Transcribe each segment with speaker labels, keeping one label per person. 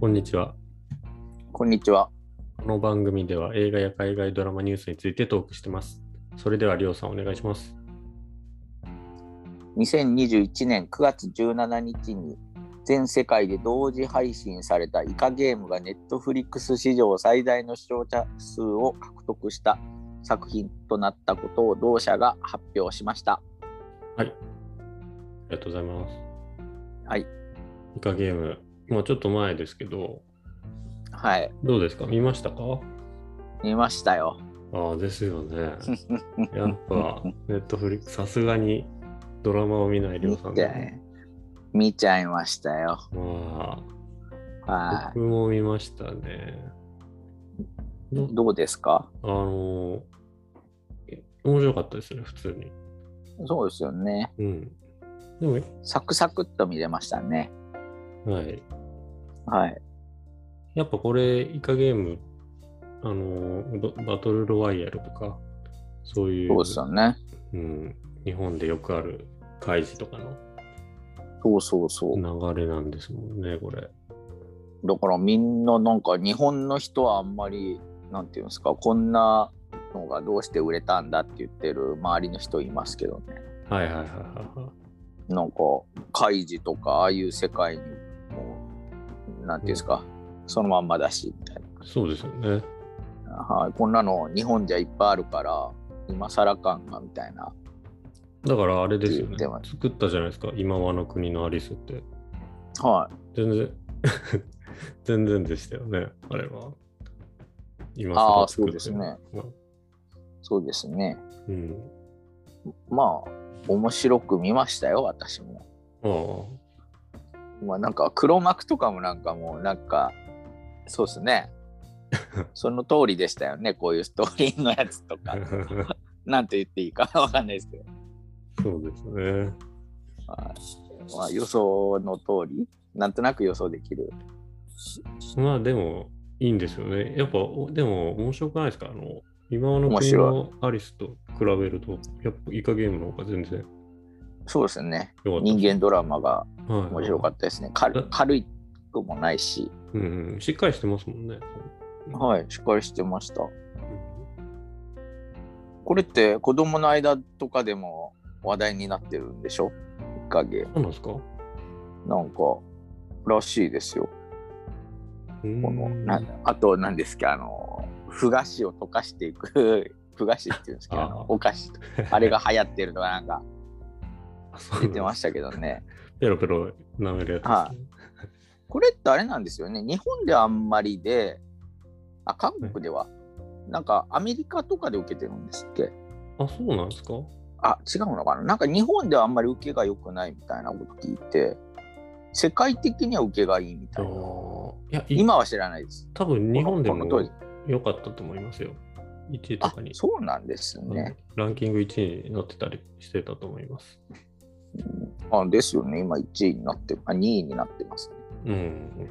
Speaker 1: こんにちは。
Speaker 2: こんにちは。
Speaker 1: この番組では映画や海外ドラマニュースについてトークしてます。それでは、りょうさんお願いします。
Speaker 2: 2021年9月17日に全世界で同時配信されたイカゲームがネットフリックス史上最大の視聴者数を獲得した作品となったことを同社が発表しました。
Speaker 1: ありがとうございます。
Speaker 2: はい。
Speaker 1: イカゲーム、まあちょっと前ですけど、
Speaker 2: はい。
Speaker 1: どうですか見ましたか
Speaker 2: 見ましたよ。
Speaker 1: ああ、ですよ ね。やっぱ、ネットフリックさすがにドラマを見ないりょ
Speaker 2: 見
Speaker 1: うさんだ
Speaker 2: て。見ちゃいましたよ。
Speaker 1: まあ、
Speaker 2: は
Speaker 1: 僕も見ましたね。
Speaker 2: い。
Speaker 1: ど
Speaker 2: どうですか
Speaker 1: あのー、面白かったですね、普通に。
Speaker 2: そうですよね。
Speaker 1: うん。でも、
Speaker 2: サクサクっと見れましたね。
Speaker 1: はい。
Speaker 2: はい。
Speaker 1: やっぱこれ、イカゲーム、あのーどバトルロワイヤルとか、そういう
Speaker 2: そうですよね。
Speaker 1: うん、日本でよくある開示とか
Speaker 2: そうそうそう。
Speaker 1: の流れなんですもんね、これ。
Speaker 2: だからみんななんか日本の人はあんまりなんていうんですかこんなのがどうして売れたんだって言ってる周りの人いますけどね
Speaker 1: はいはいはいはいは
Speaker 2: なんかカイジとかああいう世界にもうなんていうんですか、そのまんまだしみたい
Speaker 1: い。そうですよね。
Speaker 2: な、はい、こんなの日本じゃいっぱいあるから今更感がみたいな
Speaker 1: だからあれですよ
Speaker 2: っ
Speaker 1: ね
Speaker 2: て言ってま。す
Speaker 1: 作ったじゃないですか、今はの国のアリスって。
Speaker 2: はい
Speaker 1: 全然、 全然でしたよね、あれは。今
Speaker 2: あ
Speaker 1: 更
Speaker 2: あそ
Speaker 1: 作
Speaker 2: う
Speaker 1: っ
Speaker 2: で
Speaker 1: て
Speaker 2: す
Speaker 1: も
Speaker 2: ねそうですね
Speaker 1: うん。
Speaker 2: まあ面白く見ましたよ私も
Speaker 1: あ
Speaker 2: まあなんか黒幕とかもなんかもうなんかそうですねその通りでしたよねこういうストーリーのやつとか
Speaker 1: あ。
Speaker 2: なんて言っていいかわかんないですけど、
Speaker 1: そうですね。
Speaker 2: はいまあ、予想の通りなんとなく予想できる
Speaker 1: まあでもいいんですよね。やっぱおでも面白くないですかあの今の
Speaker 2: 面
Speaker 1: 国
Speaker 2: 白
Speaker 1: のアリスと比べるとやっぱイカゲームの方が全然
Speaker 2: そうですね
Speaker 1: 良かった。
Speaker 2: 人間ドラマが
Speaker 1: 間、はい、
Speaker 2: 面白か
Speaker 1: っ
Speaker 2: ったですね軽軽いくもないし、
Speaker 1: た。うんうん、しっかりしてますもんね。
Speaker 2: はい、しっかりしてましたこれって子供の間とかでも話題になってるんでしょ一かげ
Speaker 1: そうなんですかこ
Speaker 2: なんからしいですよこのなあと何ですかあのふ菓子を溶かしていく ふ菓子っていうんですけどあ
Speaker 1: ああ。
Speaker 2: のお菓子とあれが流行ってるとかなんか出てましたたけどね
Speaker 1: ペロペロ舐めるやつ
Speaker 2: は
Speaker 1: ですね。
Speaker 2: これってあれなんですよね日本ではあんまりであ韓国では、なんかアメリカとかで受けてるんですって
Speaker 1: あ、そうなんですか
Speaker 2: あ違うのかななんか日本ではあんまり受けが良くないみたいなこと聞いて世界的には受けがいいみ
Speaker 1: あ
Speaker 2: たいな
Speaker 1: ーいや、今
Speaker 2: 今は知らないです
Speaker 1: 多分日本でも
Speaker 2: この当時
Speaker 1: 良かったと思いますよ。1位と
Speaker 2: あ
Speaker 1: かに。
Speaker 2: そうなんですね、
Speaker 1: ランキング1位になってたりしてたと思います。
Speaker 2: あですよね今1位になってあ2位になってます
Speaker 1: う
Speaker 2: ね
Speaker 1: ん。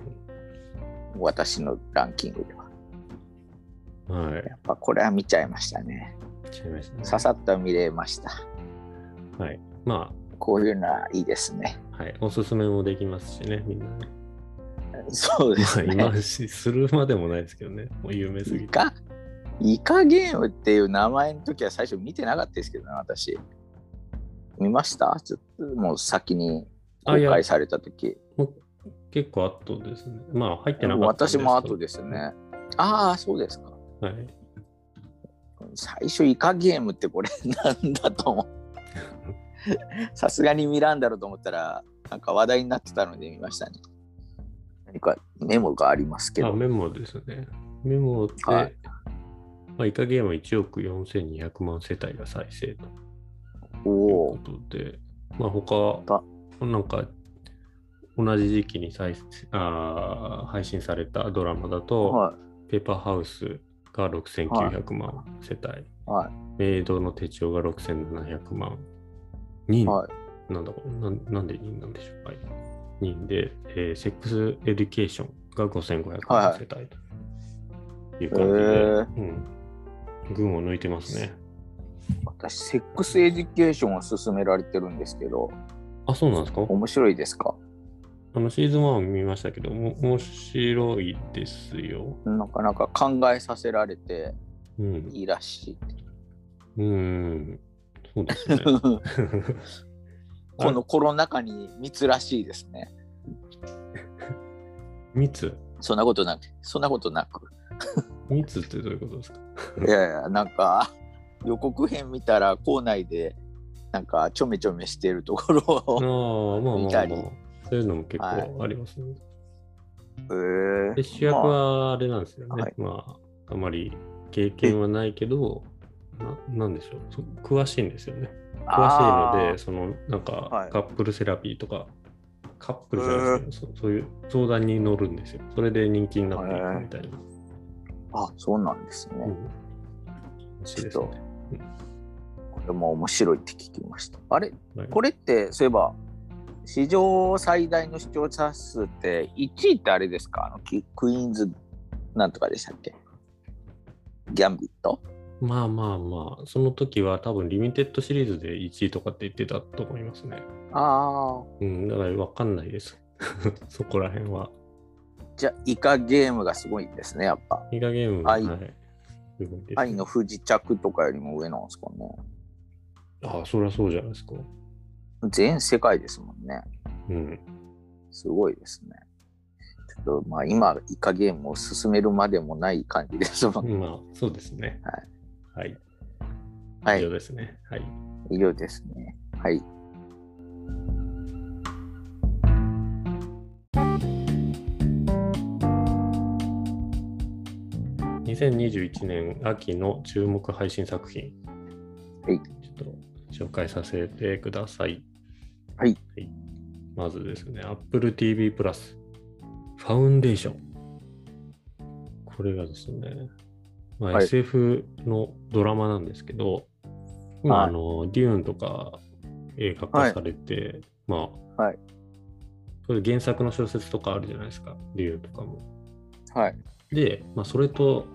Speaker 2: 私のランキングでは。
Speaker 1: はい。
Speaker 2: やっぱこれは見ちゃいましたね。
Speaker 1: 違いましたね。
Speaker 2: ささっと見れました。
Speaker 1: はい。ま
Speaker 2: こういうのはいいですね。
Speaker 1: あ、はい。おすすめもできますしね、 みんなね。
Speaker 2: そうで
Speaker 1: まあ
Speaker 2: すね。
Speaker 1: 今し、するまでもないですけどね。もう有名すぎて。
Speaker 2: イカイカゲームっていう名前の時は最初見てなかったですけどね、私。見ましたちょっともう先に公
Speaker 1: あいや
Speaker 2: 開された時。
Speaker 1: もう結構後ですね。まあ、入ってなかったん
Speaker 2: 私も後
Speaker 1: で
Speaker 2: ですね。ああ、そうですか。
Speaker 1: すけど。はい。
Speaker 2: 最初イカゲームってこれなんだと思ってさすがに見らんだろうと思ったらなんか話題になってたので見ましたね何かメモがありますけ
Speaker 1: あ、
Speaker 2: ど
Speaker 1: メモですね。メモって、
Speaker 2: はい
Speaker 1: まあ、イカゲームは1億4200万世帯が再生という
Speaker 2: お
Speaker 1: こ
Speaker 2: お
Speaker 1: とで、まあ、他、なんか、同じ時期に再生あー配信されたドラマだ
Speaker 2: ー
Speaker 1: と、
Speaker 2: は
Speaker 1: ペーパーハウスが6900万世帯、
Speaker 2: いは
Speaker 1: メイドの手帳が6700万人、
Speaker 2: いはい
Speaker 1: なんだこれなんなんで人なんでしょうか、はい、人で、えーセックスエデュケーションが5500万世帯という感じで、うん、群を抜いてますね。
Speaker 2: 私セックスエデュケーションを勧められてるんですけど
Speaker 1: あ、そうなんですか
Speaker 2: 面白いですか
Speaker 1: あのシーズン1を見ましたけど、も面白いですよ。
Speaker 2: なかなか考えさせられて
Speaker 1: うん。
Speaker 2: いいらしい。
Speaker 1: うん。そうです ね。
Speaker 2: このコロナ禍に密らしいですね。
Speaker 1: 密
Speaker 2: そんなことなく、そんなことなく。
Speaker 1: 密ってどういうことですか
Speaker 2: いやいや、なんか予告編見たら校内でなんかちょめちょめしてるところ
Speaker 1: ああ、
Speaker 2: を。
Speaker 1: まあ
Speaker 2: 見
Speaker 1: ま
Speaker 2: た
Speaker 1: あ
Speaker 2: り
Speaker 1: まあ。そういうのも結構ありますね。
Speaker 2: へ え
Speaker 1: で主役はあれなんですよね。
Speaker 2: はい
Speaker 1: まあ、あまり経験はないけど、ななんでしょうそ詳しいんですよね。詳しいので、そのなん
Speaker 2: は
Speaker 1: か
Speaker 2: い
Speaker 1: カップルセラピーとか、カップルじゃないですけど、そそういう相談に乗るんですよ。それで人気になっていくみたいな。
Speaker 2: あーあ、そうなんですね。
Speaker 1: うんらしいですね
Speaker 2: これも面白いって聞きました。あれ
Speaker 1: はい
Speaker 2: これってそういえば史上最大の視聴者数って1位ってあれですかあのキクイーンズなんとかでしたっけギャンビット
Speaker 1: まあまあまあ、その時は多分リミテッドシリーズで1位とかって言ってたと思いますね。
Speaker 2: ああ
Speaker 1: うん、だから分かんないです。 そこら辺は。
Speaker 2: じゃあイカゲームがすごいんですねやっぱ
Speaker 1: ミガゲーム
Speaker 2: 愛
Speaker 1: すごいです
Speaker 2: 愛の不時着とかよりも上なんですかね
Speaker 1: ああ、そりゃそうじゃないですか。
Speaker 2: 全世界ですもんね
Speaker 1: うん。
Speaker 2: すごいですねちょっとまあ今イカゲームを進めるまでもない感じです もんね
Speaker 1: まあ、そうですね。はい。
Speaker 2: は
Speaker 1: 以上
Speaker 2: い
Speaker 1: ですね。はい。
Speaker 2: 以上ですねはい
Speaker 1: 2021年秋の注目配信作品。
Speaker 2: はい
Speaker 1: ちょっと紹介させてください。
Speaker 2: はい。
Speaker 1: まずですね、Apple TV プラス。ファウンデーション。これがですね、まあ
Speaker 2: はい
Speaker 1: SF のドラマなんですけど、今、
Speaker 2: はい
Speaker 1: あの、デューンとか映画化されて、まあ、
Speaker 2: はい
Speaker 1: これ原作の小説とかあるじゃないですか、デューンとかも。
Speaker 2: はい
Speaker 1: で、まあ、それと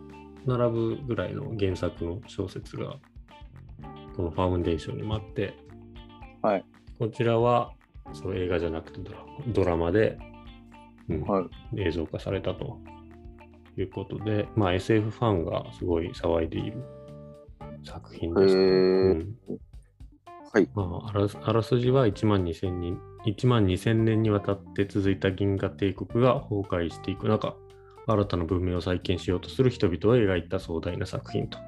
Speaker 1: 並ぶぐらいの原作の小説がこの「ファウンデーション」にもあって、
Speaker 2: はい
Speaker 1: こちらはその映画じゃなくてドラドラマで、うん
Speaker 2: はい
Speaker 1: 映像化されたということで、まあ、SF ファンがすごい騒いでいる作品ですね、
Speaker 2: へー
Speaker 1: うん
Speaker 2: はい
Speaker 1: まあ、あらすあらすじは1万2000人1万2000年にわたって続いた銀河帝国が崩壊していく中新たな文明を再建しようとする人々を描いた壮大な作品と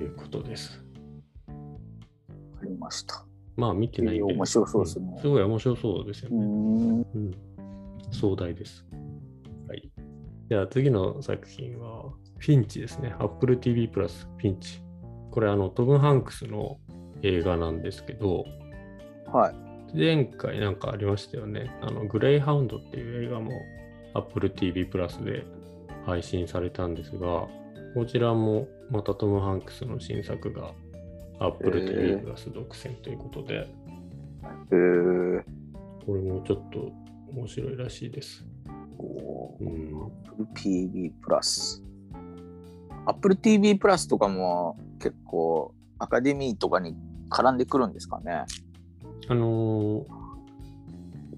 Speaker 1: いうことです。
Speaker 2: わかりました
Speaker 1: まあ見てないんで、
Speaker 2: 面白そうですね
Speaker 1: んすごい面白そうですよ
Speaker 2: うー
Speaker 1: ね。
Speaker 2: ん
Speaker 1: うん、壮大です。はい。じゃあ次の作品は、フィンチですね。Apple TV プラスフィンチ。これ、あの、トム・ハンクスの映画なんですけど、
Speaker 2: はい。
Speaker 1: 前回なんかありましたよね。あの、グレイハウンドっていう映画も Apple TV プラスで配信されたんですが、こちらもまたトム・ハンクスの新作が Apple
Speaker 2: へ
Speaker 1: TV
Speaker 2: ー
Speaker 1: プラス独占ということで、
Speaker 2: えー、
Speaker 1: これもちょっと面白いらしいです。
Speaker 2: こ
Speaker 1: うん。
Speaker 2: う TV プラス。Apple TV プラスとかも結構アカデミーとかに絡んでくるんですかね。
Speaker 1: あのー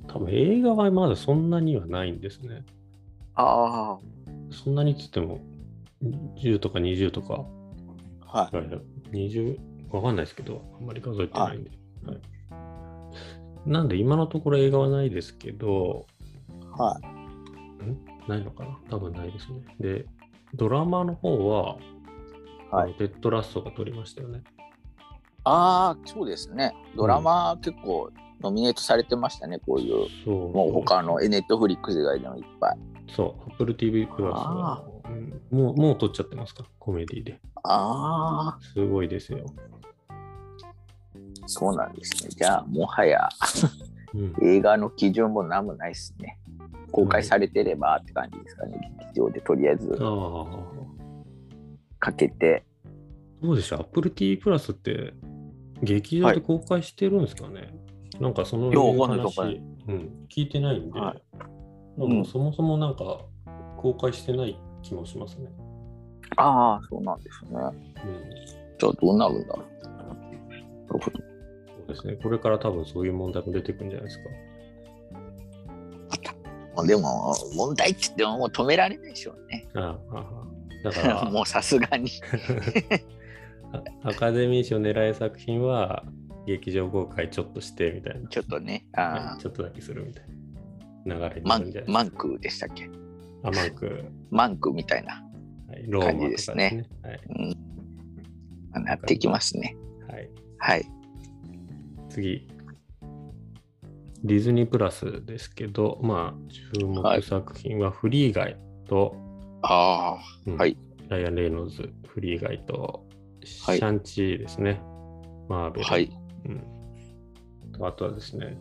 Speaker 1: 多分映画はまだそんなにはないんですね。
Speaker 2: あ
Speaker 1: そんなにっつっても、10とか20とか
Speaker 2: あ、はい。
Speaker 1: ぐらいだ、20、わかんないですけど、あんまり数えてないんで。はいなんで今のところ映画はないですけど、
Speaker 2: はい。
Speaker 1: ないのかな多分ないですね。で、ドラマの方は、
Speaker 2: はい
Speaker 1: あのテッドラストが撮りましたよね。
Speaker 2: ああ、そうですね。ドラマ結構ノミネートされてましたね、こういう。
Speaker 1: そう。
Speaker 2: もう他のネットフリックス以外でもいっぱい。
Speaker 1: そう、Apple TV プラスは
Speaker 2: あ、
Speaker 1: うんもう、もう撮っちゃってますかコメディで。
Speaker 2: ああ、
Speaker 1: すごいですよ。
Speaker 2: そうなんですね。じゃあ、もはや
Speaker 1: うん
Speaker 2: 映画の基準も何もないですね。公開されてればって感じですかね。劇場でとりあえず
Speaker 1: ああ、
Speaker 2: かけて。
Speaker 1: どうでしょう、Apple TV プラスって劇場で公開してるんですかね、なんかその
Speaker 2: いやわかんない
Speaker 1: 話、うん、聞いてないんで、
Speaker 2: はい
Speaker 1: なんかそもそもなんか公開してない気もしますね。
Speaker 2: ああ、そうなんですね。
Speaker 1: うん、
Speaker 2: じゃあどうなるんだろう。なるほど。
Speaker 1: そうですね、これから多分そういう問題も出てくるんじゃないですか。
Speaker 2: でも問題って言ってももう止められないでしょうね。
Speaker 1: あああだから
Speaker 2: もうさすがに。
Speaker 1: アカデミー賞狙い作品は劇場公開ちょっとしてみたいな。
Speaker 2: ちょっとね、
Speaker 1: は
Speaker 2: あ
Speaker 1: いちょっとだけするみたいな流れに
Speaker 2: ー
Speaker 1: な
Speaker 2: マ
Speaker 1: るん
Speaker 2: ン
Speaker 1: じゃない
Speaker 2: マンクでしたっけ
Speaker 1: あマンク、
Speaker 2: マンクみたいな、
Speaker 1: はい、ローマとか
Speaker 2: 感じ
Speaker 1: で
Speaker 2: ですす
Speaker 1: ね
Speaker 2: ね。
Speaker 1: はい
Speaker 2: うん、なってきますね。
Speaker 1: はい、
Speaker 2: はい。
Speaker 1: 次。ディズニープラスですけど、まあ、注目作品はフリーガイと、
Speaker 2: あ
Speaker 1: うん
Speaker 2: はい
Speaker 1: ライアン・レイノルズ、フリーガイと、シ
Speaker 2: はい
Speaker 1: ャンチーですね。マーベル、
Speaker 2: あ、はい。
Speaker 1: うんあとはですね、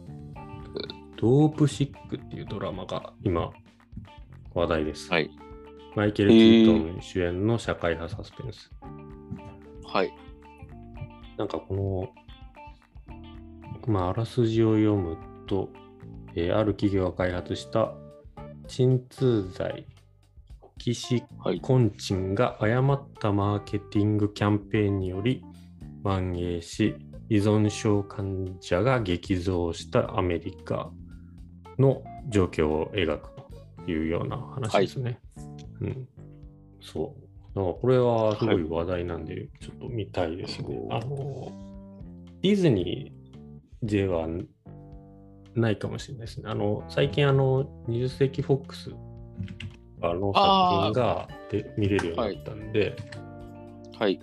Speaker 1: ドープシックっていうドラマが今話題です。
Speaker 2: はい。
Speaker 1: マイケル・キートン主演の社会派サスペンス。
Speaker 2: はい。
Speaker 1: なんかこの、まあ、あらすじを読むと、えーある企業が開発した鎮痛剤、オキシ
Speaker 2: はい。
Speaker 1: コンチンが誤ったマーケティングキャンペーンにより蔓延し、依存症患者が激増したアメリカの状況を描くというような話ですね。うん、そう。だからこれはすごい話題なんで、ちょっと見たいですね。あのディズニーではないかもしれないですね。あの最近あの20世紀フォックスあの作品がで見れるようになったんで、
Speaker 2: はい。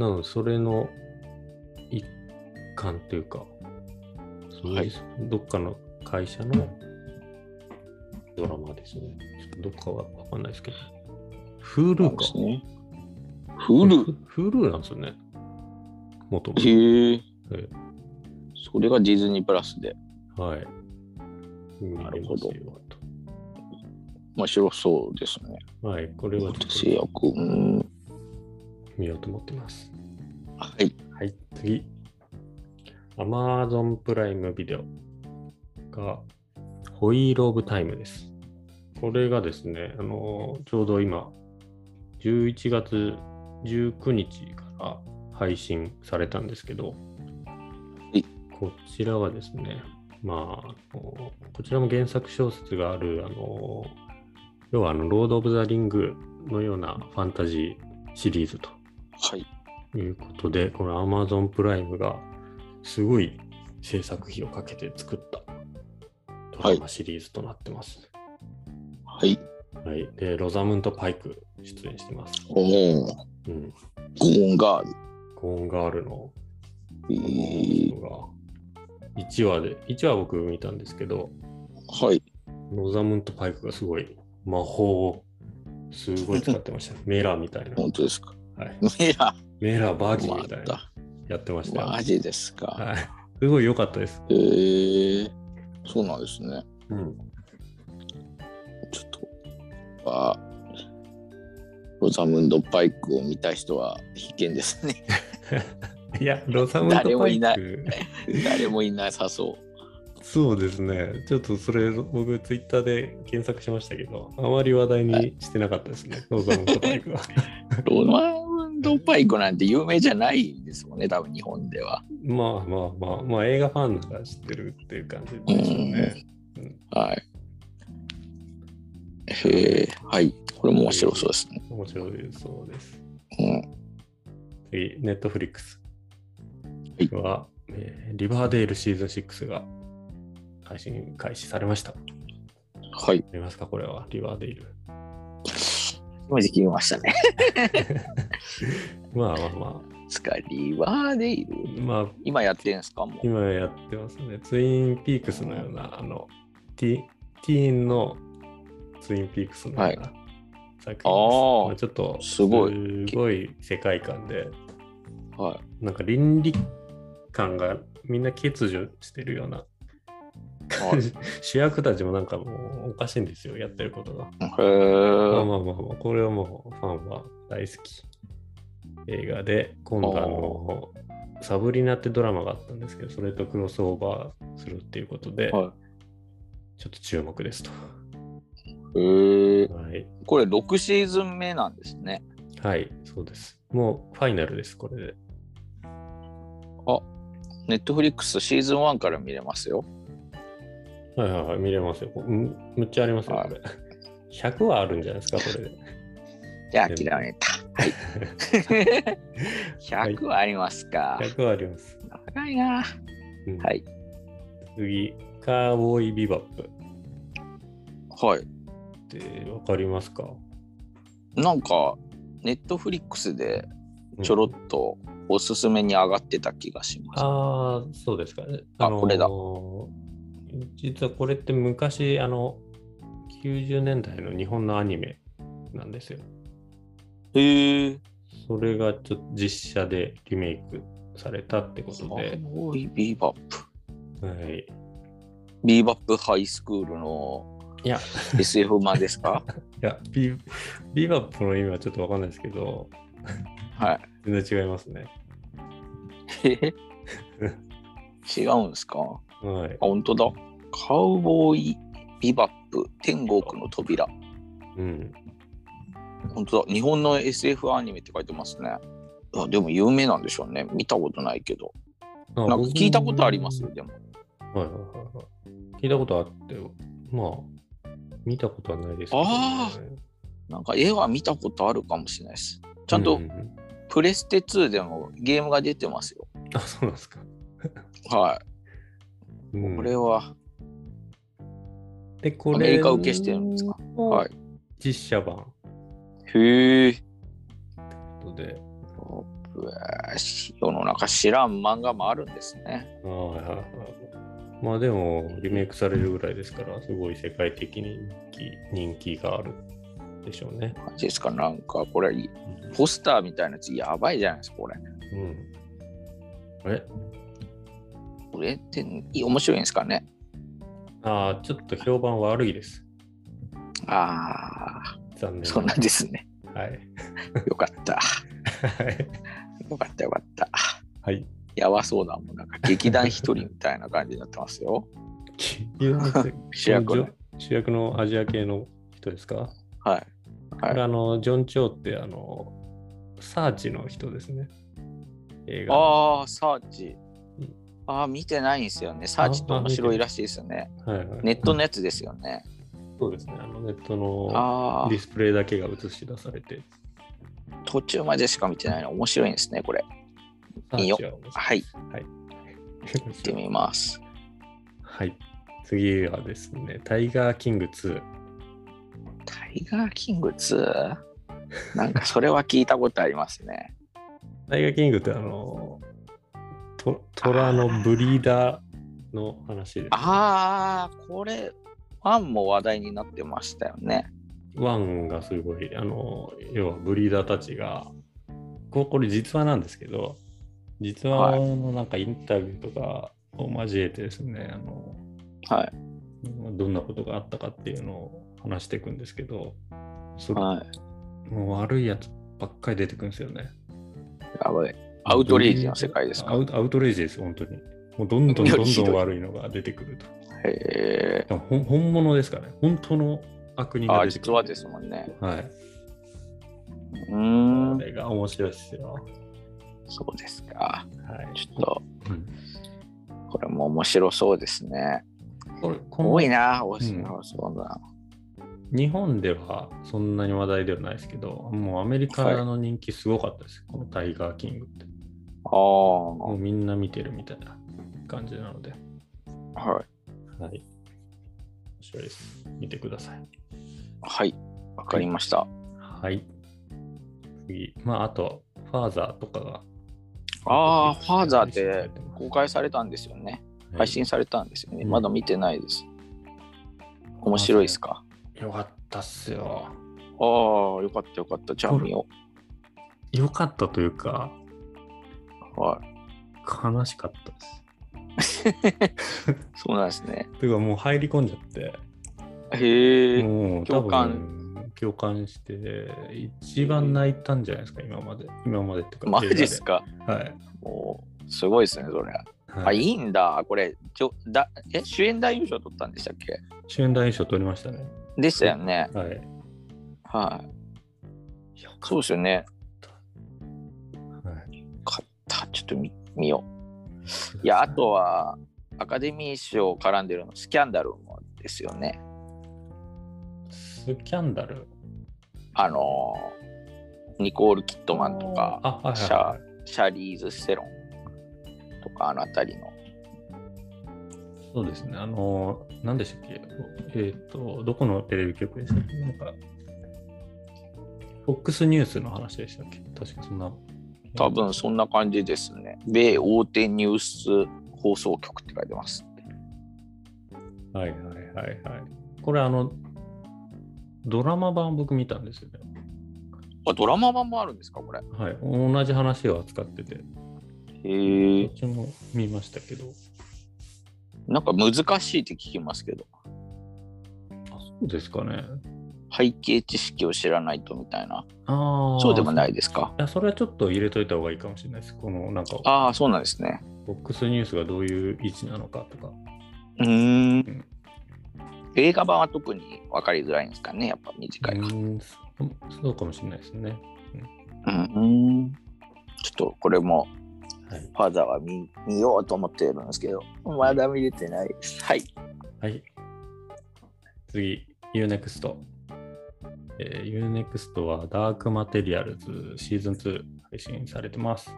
Speaker 1: なのでそれの一環というか、そう
Speaker 2: はい
Speaker 1: ですどっかの会社のドラマですね。ちょっとどっかはわかんないですけど。Hulu か。
Speaker 2: ね。フル。
Speaker 1: Hulu なんですよね。もともと。
Speaker 2: へえ。
Speaker 1: え
Speaker 2: それがディズニープラスで
Speaker 1: はい。見れ
Speaker 2: る
Speaker 1: ま
Speaker 2: ほ
Speaker 1: す
Speaker 2: ど
Speaker 1: よ
Speaker 2: 面白そうですね。
Speaker 1: と。はい。これはち
Speaker 2: 私
Speaker 1: ょっ
Speaker 2: 役。うん。
Speaker 1: と見ようと思ってます。
Speaker 2: はい。
Speaker 1: はい、次。Amazon プライムビデオが、ホイール・オブ・タイムです。これがですね、あのちょうど今、11月19日から配信されたんですけど、
Speaker 2: い
Speaker 1: こちらはですね、まあ、あのこちらも原作小説がある、あの要はあの、ロード・オブ・ザ・リングのようなファンタジーシリーズと
Speaker 2: はい。
Speaker 1: ということで、この Amazon プライムがすごい制作費をかけて作ったドラマシリーズとなってます。
Speaker 2: はい。
Speaker 1: はい。で、ロザムント・パイク出演してます。
Speaker 2: おお。
Speaker 1: うん。
Speaker 2: ゴーンガール。
Speaker 1: ゴーンガールの
Speaker 2: えー
Speaker 1: 人が1話で、1話僕見たんですけど、
Speaker 2: はい。
Speaker 1: ロザムント・パイクがすごい魔法をすごい使ってま したね。メラみたいな。
Speaker 2: 本当ですか。
Speaker 1: はい、
Speaker 2: いや、
Speaker 1: メラ・バーキン
Speaker 2: ま
Speaker 1: みたいな。
Speaker 2: た。
Speaker 1: やってましたよ。
Speaker 2: マジですか。
Speaker 1: はい。すごい良かったです。
Speaker 2: へえそうなんですね。
Speaker 1: うん。
Speaker 2: ちょっと、あロザムンド・パイクを見た人は必見です ね。
Speaker 1: いや、ロサムント
Speaker 2: 誰もいない
Speaker 1: パイク
Speaker 2: 誰もいなさ そう。
Speaker 1: そうですね。ちょっとそれ、僕、ツイッターで検索しましたけど、あまり話題にしてなかったです ね、ローザムントバイクは。
Speaker 2: ロザムンド・パイクなんて有名じゃないですもんね、多分日本では。
Speaker 1: まあまあまあ、まあ、映画ファンなら知ってるっていう感じでしょうね。
Speaker 2: はい。へえはい。これも面白そうですね。
Speaker 1: 面白いそうです。
Speaker 2: うん、
Speaker 1: 次、ネットフリックス
Speaker 2: はい
Speaker 1: は、えーリバーデールシーズン6が配信開始されました。あ
Speaker 2: はい。
Speaker 1: りますか、これは、リバーデール。
Speaker 2: 今時切りましたね。
Speaker 1: まあまあま
Speaker 2: スカリバーデイル。
Speaker 1: あ、まあ、
Speaker 2: 今やってるんですかもう。
Speaker 1: 今やってますね。ツインピークスのような、あの、ティティーンのツインピークスのような作品です。
Speaker 2: あー
Speaker 1: まあちょっと、
Speaker 2: すごい。
Speaker 1: すごい世界観で、
Speaker 2: はい。
Speaker 1: なんか倫理観がみんな欠如してるような、
Speaker 2: はい
Speaker 1: 主役たちもなんかもうおかしいんですよ、やってることが。
Speaker 2: へ
Speaker 1: まあ
Speaker 2: ー
Speaker 1: まあまあまあ、これはもうファンは大好き映画で、今度あの、サブリナってドラマがあったんですけど、それとクロスオーバーするっていうことで、
Speaker 2: は
Speaker 1: ちょっと注目ですと。
Speaker 2: い。へえ
Speaker 1: はい。
Speaker 2: これ6シーズン目なんですね。
Speaker 1: はい、そうです。もうファイナルです、これで。
Speaker 2: ネットフリックスシーズン1から見れますよ。
Speaker 1: はいはいはい、見れますよ。むむっちゃありますよ、
Speaker 2: はい
Speaker 1: これ。100はあるんじゃないですか、これで。
Speaker 2: じゃあ諦めた。 はい。100はありますか。
Speaker 1: 100はあります。
Speaker 2: 長いな。
Speaker 1: うん
Speaker 2: はい。
Speaker 1: 次、カーボーイビバップっ
Speaker 2: はい。
Speaker 1: てわかりますか
Speaker 2: なんか、ネットフリックスでちょろっとおすすめに上がってた気がします。
Speaker 1: ああ、そうですかね。
Speaker 2: あ
Speaker 1: のー
Speaker 2: これだ
Speaker 1: 実はこれって昔、あの、90年代の日本のアニメなんですよ。
Speaker 2: へえ。
Speaker 1: それがちょっと実写でリメイクされたってことで、
Speaker 2: ボーイビーバップ。
Speaker 1: はい。
Speaker 2: ビーバップハイスクールの
Speaker 1: いや、
Speaker 2: SF 版です か
Speaker 1: いやビビバップの意味はちょっとわかんないですけど、
Speaker 2: は
Speaker 1: 全然違いますね。
Speaker 2: い。 へへ違うんですかあ、
Speaker 1: はい。
Speaker 2: 本当だ。カウボーイビバップ天国の扉。
Speaker 1: うん。
Speaker 2: 本当だ。日本の SF アニメって書いてますね。あでも有名なんでしょうね。見たことないけど。
Speaker 1: な
Speaker 2: なんか聞いたことありますでも。
Speaker 1: はいはいはいはい。聞いたことあって、まあ、見たことはないですけど、
Speaker 2: あなんか絵は見たことあるかもしれないです。ちゃん
Speaker 1: う
Speaker 2: と
Speaker 1: ううん
Speaker 2: プレステ2でもゲームが出てますよ。
Speaker 1: あ、そうなんですか。
Speaker 2: は
Speaker 1: う
Speaker 2: い。
Speaker 1: ん
Speaker 2: これは
Speaker 1: で、こ
Speaker 2: アメリカ受けしてるんですかはい。
Speaker 1: 実写版
Speaker 2: へえ。
Speaker 1: ということで、
Speaker 2: うわー世の中知らん漫画もあるんですね。
Speaker 1: あーはいはいはいまあでも、リメイクされるぐらいですから、すごい世界的に人気人気があるでしょうね。
Speaker 2: マジですかなんかこれポスターみたいなやつやばいじゃないですかこれ。
Speaker 1: うん。あれ
Speaker 2: これって面白いんですかね
Speaker 1: ああ、ちょっと評判悪いです。
Speaker 2: ああ
Speaker 1: 残念
Speaker 2: そうなんですね。
Speaker 1: はい。
Speaker 2: よかった。
Speaker 1: はい。
Speaker 2: よかったよかった。
Speaker 1: はい。
Speaker 2: やばそうだもん。なんか劇団一人みたいな感じになってます よ。 主役の。
Speaker 1: 主役のアジア系の人ですか、
Speaker 2: はい。
Speaker 1: これ
Speaker 2: はい、
Speaker 1: あのジョン・チョウってあのサーチの人ですね。映画。は
Speaker 2: ああ、サーチ
Speaker 1: うん。
Speaker 2: ああ、見てないんですよね。サーチって面白いらしいですよね。
Speaker 1: いはい、
Speaker 2: ネットのやつですよね。
Speaker 1: そうですね。あのネットの
Speaker 2: ああ
Speaker 1: ディ、スプレイだけが映し出されて。
Speaker 2: 途中までしか見てないの。面白いんですね、これ。
Speaker 1: サ
Speaker 2: いいよ
Speaker 1: ーチは面白い
Speaker 2: はい。
Speaker 1: はい。
Speaker 2: 行ってみます。
Speaker 1: はい。次はですね、タイガーキング2。
Speaker 2: タイガーキング 2? なんかそれは聞いたことありま すね。
Speaker 1: タイガーキングってあの、と虎のブリーダーの話です。
Speaker 2: ああ、これ、ワンも話題になってましたよね。
Speaker 1: ワンがすごい、あの、要はブリーダーたちが、ここれ実話なんですけど、実話のなんかインタビューとかを交えてですね、あの、
Speaker 2: はい。
Speaker 1: どんなことがあったかっていうのを話していくんですけど、それ
Speaker 2: はい。
Speaker 1: もう悪いやつばっかり出てくるんですよね。
Speaker 2: やばい。アウトレイジの世界です
Speaker 1: ア
Speaker 2: か。
Speaker 1: ウアウトレイジです、本当に。もうどんどんどんどん悪いのが出てくると。
Speaker 2: へえ。
Speaker 1: だからほん本物ですからね。本当の悪人
Speaker 2: あ
Speaker 1: が
Speaker 2: あ、
Speaker 1: 出てく
Speaker 2: 実
Speaker 1: る。
Speaker 2: はですもんね。
Speaker 1: はい。
Speaker 2: うー
Speaker 1: こ
Speaker 2: ん。
Speaker 1: れが面白いですよ。
Speaker 2: そうですか。
Speaker 1: はい。
Speaker 2: ちょっと、
Speaker 1: うん
Speaker 2: これも面白そうですね。
Speaker 1: これこの
Speaker 2: 多いな、面白そうだな。
Speaker 1: 日本ではそんなに話題ではないですけど、もうアメリカの人気すごかったです、このタイガーキングって。もう
Speaker 2: あ
Speaker 1: みんな見てるみたいな感じなので、は
Speaker 2: あ、はい。
Speaker 1: い。面白いです。見てください。
Speaker 2: はい。わかりました。
Speaker 1: はい。次、まあ、あと、ファーザーとかが。
Speaker 2: ああ、ファーザーって公開されたんですよね。
Speaker 1: はい
Speaker 2: 配信されたんですよね。
Speaker 1: うん
Speaker 2: まだ見てないです。面白いですか
Speaker 1: よかったっすよ。
Speaker 2: ああー、よかったよかった。じゃあ見よ
Speaker 1: よかったというか、
Speaker 2: う。はい。
Speaker 1: 悲しかったです。
Speaker 2: そうなんですね。
Speaker 1: というか、もう入り込んじゃって。
Speaker 2: へえ。
Speaker 1: もう
Speaker 2: 共
Speaker 1: 感共感して一番泣いたんじゃないですか今まで今までっていうか
Speaker 2: マジですか
Speaker 1: 映画ではい
Speaker 2: もう、すごいですね、それ。
Speaker 1: は
Speaker 2: あ、いいんだ。これ、ちょだえ主演男優賞取ったんでしたっけ
Speaker 1: 主演男優賞取りましたね
Speaker 2: でしたよね。
Speaker 1: はい
Speaker 2: はい。そうですよね。
Speaker 1: はい
Speaker 2: たちょっと見見よう。いや、あとは、アカデミー賞絡んでるのスキャンダルもですよね。
Speaker 1: スキャンダル
Speaker 2: あのーニコール・キットマンとか、
Speaker 1: あ、はい
Speaker 2: シ
Speaker 1: はいは
Speaker 2: ャ
Speaker 1: い。
Speaker 2: シャリーズ・セロンとかあの辺りの。
Speaker 1: そうですね。あのー、何でしたっけえっ、と、どこのテレビ局でしたっけなんか、FOX ニュースの話でしたっけ確かそんな。
Speaker 2: 多分そんな感じですね。米大手ニュース放送局って書いてます。
Speaker 1: はいはいはいはい。これあの、ドラマ版僕見たんですよね。
Speaker 2: あ、ドラマ版もあるんですか、これ。
Speaker 1: はい。同じ話を扱ってて、
Speaker 2: へ
Speaker 1: どっ。ちも見ましたけど。
Speaker 2: なんか難しいって聞きますけど、
Speaker 1: あ、そうですかね。
Speaker 2: 背景知識を知らないとみたいな、
Speaker 1: ああ。
Speaker 2: そうでも
Speaker 1: い。
Speaker 2: ないですか。
Speaker 1: いや、それはちょっと入れといた方がいいかもしれないです。この、なんか、
Speaker 2: ああ、そうなんですね。
Speaker 1: ボックスニュースがどういう位置なのかとか。
Speaker 2: うーん。映画版は特に分かりづらいんですかね、やっぱ短いか
Speaker 1: う
Speaker 2: ら。
Speaker 1: んそうそうかもしれないですね。
Speaker 2: うん。ちょっとこれも、
Speaker 1: はい
Speaker 2: ファザーは見見ようと思ってるんですけど、まだ見れてないです。はい。
Speaker 1: はい。次、UNEXT。えー UNEXT はダークマテリアルズシーズン2配信されてます。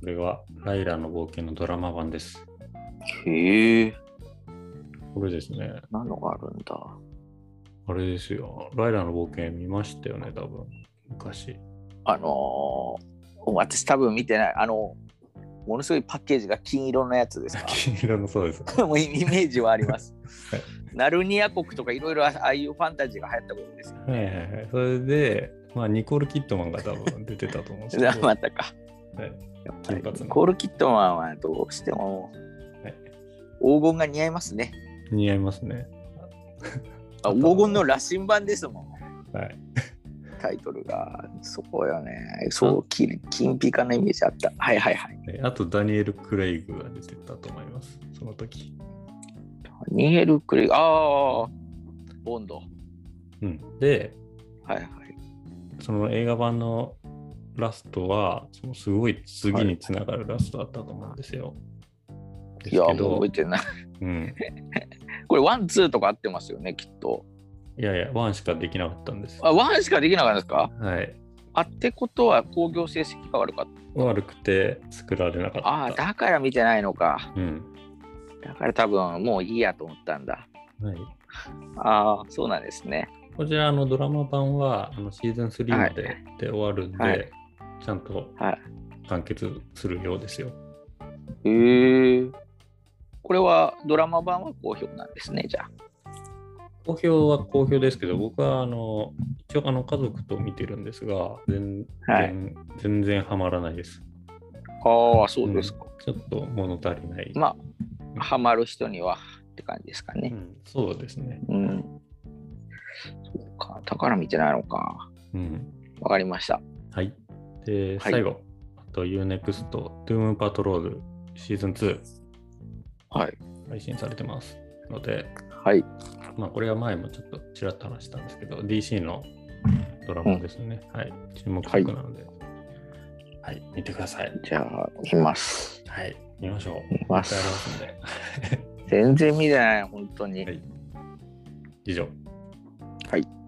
Speaker 1: これはライラの冒険のドラマ版です。
Speaker 2: へえ、
Speaker 1: これですね。
Speaker 2: なのがあるんだ。
Speaker 1: あれですよ。ライラの冒険見ましたよね、多分。昔。
Speaker 2: あのー私多分見てない、あの、ものすごいパッケージが金色のやつ ですか。
Speaker 1: 金色のそうです。
Speaker 2: もうイイメージはあります
Speaker 1: はい。
Speaker 2: ナルニア国とかいろいろああいうファンタジーが流行ったことですよ
Speaker 1: はいはいはい。それで、まあ、ニコール・キットマンが多分出てたと思うんですけ
Speaker 2: ね。
Speaker 1: ど。
Speaker 2: またか。
Speaker 1: はい
Speaker 2: やっぱ
Speaker 1: 金
Speaker 2: り
Speaker 1: 髪の
Speaker 2: コールキットマンはどうしても
Speaker 1: はい
Speaker 2: 黄金が似合いますね。
Speaker 1: 似合いますね。あ
Speaker 2: あ
Speaker 1: と
Speaker 2: 黄金の羅針盤ですもん。
Speaker 1: はい。
Speaker 2: タイトルが。そうよね。そう、金金ピカのイメージあった。はいはいはい。
Speaker 1: えあとダニエル・クレイグが出てたと思います、その時。
Speaker 2: ニエル・クレイ、ああ、ボンド。は
Speaker 1: うん、で、
Speaker 2: いはい。
Speaker 1: その映画版のラストは、そのすごい次につながるラストだったと思うんですよ。で
Speaker 2: い
Speaker 1: す
Speaker 2: や、
Speaker 1: け
Speaker 2: もう
Speaker 1: ど
Speaker 2: 覚え、てない。
Speaker 1: うん、
Speaker 2: これ、ワン、ツーとか合ってますよね、きっと。
Speaker 1: いやいや、ワンしかできなかったんです。
Speaker 2: あ、ワンしかできなかったんですか
Speaker 1: はい。
Speaker 2: あってことは、興行成績が悪かった。
Speaker 1: 悪くて作られなかった。
Speaker 2: ああ、だから見てないのか。
Speaker 1: うん。
Speaker 2: だから多分もういいやと思ったんだ。
Speaker 1: はい、
Speaker 2: ああ、そうなんですね。
Speaker 1: こちらあのドラマ版はあのシーズン3まで
Speaker 2: は
Speaker 1: で終わるんで、
Speaker 2: はい
Speaker 1: ちゃんと
Speaker 2: はい
Speaker 1: 完結するようですよ。
Speaker 2: へえ。これはドラマ版は好評なんですね、じゃあ。
Speaker 1: 好評は好評ですけど、僕はあの一応あの家族と見てるんですが、全然、
Speaker 2: はい
Speaker 1: 全然ハマらないです。
Speaker 2: ああ、そうですか。
Speaker 1: ちょっと物足りない。
Speaker 2: まあ、ハマる人にはって感じですか
Speaker 1: う
Speaker 2: ね。
Speaker 1: ん、そうですね。
Speaker 2: うん。そうか。だから見てないのか。
Speaker 1: うん、
Speaker 2: わかりました。
Speaker 1: はい。で、
Speaker 2: はい
Speaker 1: 最後、あと UNEXT、トゥームパトロールシーズン2
Speaker 2: はい。
Speaker 1: 配信されてますので、
Speaker 2: はい。
Speaker 1: まあ、これは前もちょっとちらっと話したんですけど、DC のドラマですね。はい。注目作なので、はい、見てください。
Speaker 2: じゃあ、見ます。
Speaker 1: はい、見ましょう。
Speaker 2: 見ま。
Speaker 1: 絶対ありますすんで。
Speaker 2: 全然見てない、本当に。
Speaker 1: 以上。
Speaker 2: はい。